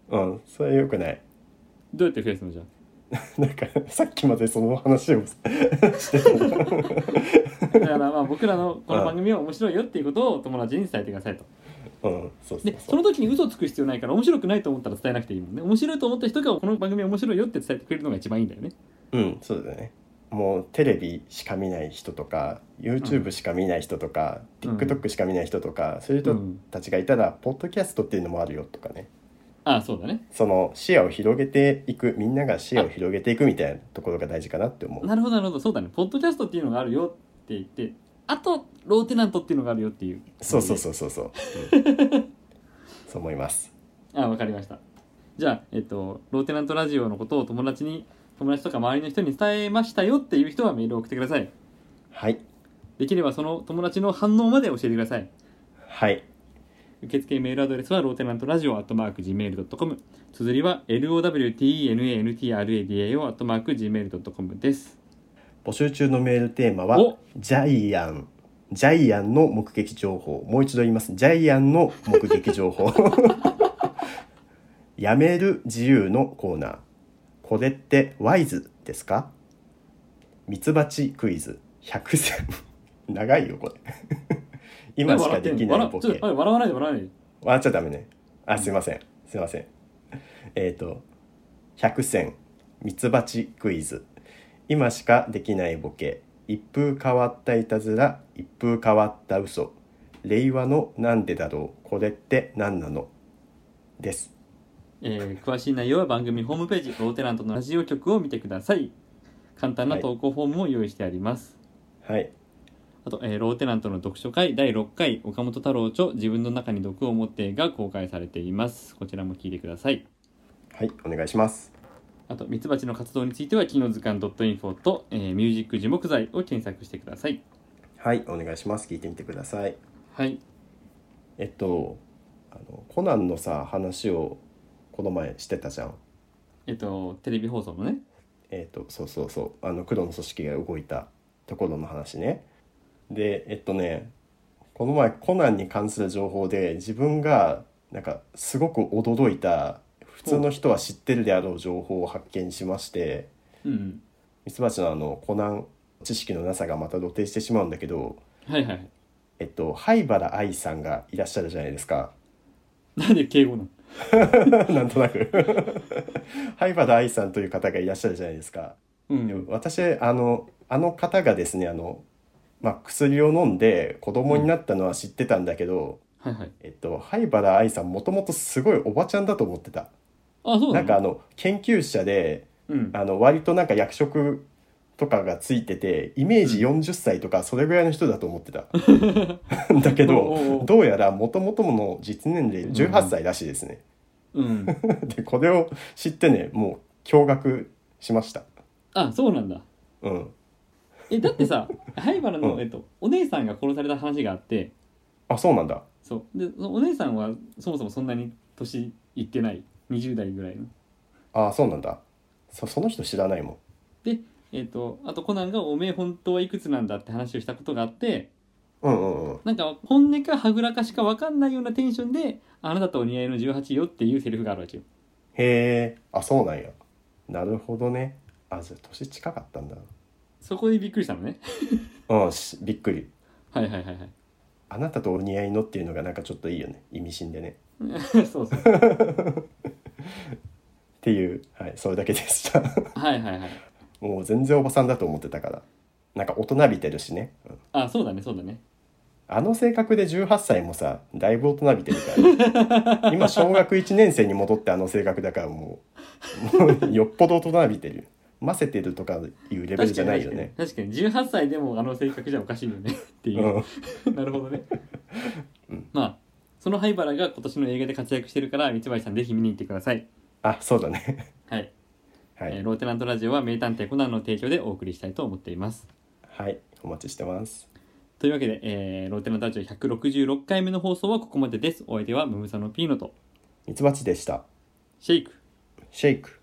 [SPEAKER 1] うんそれはよくない
[SPEAKER 2] どうやって増やすのじゃあ
[SPEAKER 1] なんかさっきまでその話をしてたんだ
[SPEAKER 2] だからまあ僕らのこの番組は面白いよっていうことを友達に伝えてくださいと。
[SPEAKER 1] うんそうそう
[SPEAKER 2] で、そ
[SPEAKER 1] そ
[SPEAKER 2] の
[SPEAKER 1] う
[SPEAKER 2] 時に嘘をつく必要ないから面白くないと思ったら伝えなくていいもんね。面白いと思った人がこの番組面白いよって伝えてくれるのが一番いいんだよね。
[SPEAKER 1] うんそうだねもうテレビしか見ない人とか YouTube しか見ない人とか、
[SPEAKER 2] うん
[SPEAKER 1] TikTok しか見ない人とかそういう
[SPEAKER 2] う
[SPEAKER 1] 人
[SPEAKER 2] ん。
[SPEAKER 1] たちがいたら、ポッドキャストっていうのもあるよとかね
[SPEAKER 2] あ、そうだね。
[SPEAKER 1] その視野を広げていくみんなが視野を広げていくみたいなところが大事かなって思う
[SPEAKER 2] なるほどなるほどそうだねポッドキャストっていうのがあるよって言ってあとローテナントっていうのがあるよっていう
[SPEAKER 1] そうそうそうそうそう、うんそう思います
[SPEAKER 2] あわかりましたじゃあえっとローテナントラジオのことを友達に友達とか周りの人に伝えましたよっていう人はメールを送ってください
[SPEAKER 1] はい
[SPEAKER 2] できればその友達の反応まで教えてください
[SPEAKER 1] はい
[SPEAKER 2] 受付メールアドレスはローテナントラジオアットマーク Gmail.com 綴りは LOWTENANTRADIO アットマーク Gmail.com です
[SPEAKER 1] 募集中のメールテーマは
[SPEAKER 2] お
[SPEAKER 1] ジャイアン。ジャイアンの目撃情報。もう一度言います。ジャイアンの目撃情報。やめる自由のコーナー。これってワイズですかミツバチクイズ。100選。長いよ、これ。今しかできない
[SPEAKER 2] 笑
[SPEAKER 1] ボ
[SPEAKER 2] ちょっ
[SPEAKER 1] ケ
[SPEAKER 2] と。笑わないで笑わないで
[SPEAKER 1] 笑っちゃダメね。あ、すいません。すいません。えっ、と、100選、ミツバチクイズ、今しかできないボケ、一風変わったいたずら、一風変わった嘘、令和のなんでだろう、これって何なのです。
[SPEAKER 2] えー詳しい内容は番組ホームページローテナントのラジオ局を見てください簡単な投稿フォームも用意してあります、
[SPEAKER 1] はい。
[SPEAKER 2] あと、えーローテナントの読書会第6回岡本太郎著自分の中に毒を持ってが公開されていますこちらも聞いてください
[SPEAKER 1] はい、お願いします。
[SPEAKER 2] あとミツバチの活動については「木の図鑑 .info」と、えーミュージック樹木材」を検索してください
[SPEAKER 1] はい、お願いします。聞いてみてください。
[SPEAKER 2] はい
[SPEAKER 1] えっと、あのコナンのさ、話をこの前してたじゃん。
[SPEAKER 2] えっ、とテレビ放送のね
[SPEAKER 1] えー、とそうそうそうあの黒の組織が動いたところの話ねでえっとねこの前コナンに関する情報で自分がなんかすごく驚いた普通の人は知ってるであろう情報を発見しまして
[SPEAKER 2] うん
[SPEAKER 1] ミツバチのあのコナン知識のなさがまた露呈してしまうんだけど、
[SPEAKER 2] うんはいはいはい
[SPEAKER 1] えっと、灰原哀さんがいらっしゃるじゃないですか。
[SPEAKER 2] なんで敬語なの
[SPEAKER 1] なんとなく 灰原哀さんという方がいらっしゃるじゃないですか。
[SPEAKER 2] うん
[SPEAKER 1] 私あのあの方がですねあの、まあ、薬を飲んで子供になったのは知ってたんだけど、
[SPEAKER 2] はいはい
[SPEAKER 1] えっと、灰原愛さんもともとすごいおばちゃんだと思ってた
[SPEAKER 2] あそう
[SPEAKER 1] な
[SPEAKER 2] だ、
[SPEAKER 1] ん
[SPEAKER 2] ね、
[SPEAKER 1] かあの研究者で
[SPEAKER 2] うん
[SPEAKER 1] あの割となんか役職とかがついててイメージ40歳とかそれぐらいの人だと思っ てた、だけ
[SPEAKER 2] お
[SPEAKER 1] ど
[SPEAKER 2] うおうおう
[SPEAKER 1] どうやらもともとの実年齢18歳らしいですね、
[SPEAKER 2] うん
[SPEAKER 1] でこれを知ってねもう驚愕しました
[SPEAKER 2] あそうなんだ
[SPEAKER 1] うん
[SPEAKER 2] えだってさ灰原の、
[SPEAKER 1] うん
[SPEAKER 2] えっと、お姉さんが殺された話があって
[SPEAKER 1] あそうなんだ
[SPEAKER 2] そうでそのお姉さんはそもそもそんなに年いってない20代ぐらいの。
[SPEAKER 1] あそうなんだそその人知らないもん
[SPEAKER 2] えっとあとコナンが「おめえ本当はいくつなんだ」って話をしたことがあって
[SPEAKER 1] うんうんうん
[SPEAKER 2] なんか本音かはぐらかしか分かんないようなテンションで「あなたとお似合いの18よ」っていうセリフがあるわけよ。
[SPEAKER 1] へえあそうなんやなるほどねあじゃあ年近かったんだ
[SPEAKER 2] そこでびっくりしたのね。
[SPEAKER 1] うんしびっくり
[SPEAKER 2] はいはいはいはい。
[SPEAKER 1] あなたとお似合いのっていうのがなんかちょっといいよね意味深でね
[SPEAKER 2] そうそう。
[SPEAKER 1] っていうはいそれだけでした
[SPEAKER 2] はいはいはい。
[SPEAKER 1] もう全然おばさんだと思ってたからなんか大人びてるしね、うん
[SPEAKER 2] あ、そうだね、そうだね。
[SPEAKER 1] あの性格で18歳もさだいぶ大人びてるから 今小学1年生に戻ってあの性格だからもうもうよっぽど大人びてるませてるとかいうレベル
[SPEAKER 2] 確
[SPEAKER 1] じ
[SPEAKER 2] か
[SPEAKER 1] ゃ
[SPEAKER 2] に確
[SPEAKER 1] ないよ
[SPEAKER 2] かに
[SPEAKER 1] ね。
[SPEAKER 2] 確かに18歳でもあの性格じゃおかしいよねっていうう。
[SPEAKER 1] ん、
[SPEAKER 2] なるほどね
[SPEAKER 1] うん。
[SPEAKER 2] まあ、その灰原が今年の映画で活躍してるから、三橋さんぜひ見に行ってください。
[SPEAKER 1] あそうだね
[SPEAKER 2] はい。
[SPEAKER 1] はい、
[SPEAKER 2] えーローテナントラジオは名探偵コナンの提供でお送りしたいと思っています。
[SPEAKER 1] はいお待ちしてます
[SPEAKER 2] というわけで、えーローテナントラジオ166回目の放送はここまでです。お相手はムムサノピーノと
[SPEAKER 1] ミツバチでした
[SPEAKER 2] シェイク。
[SPEAKER 1] シェイク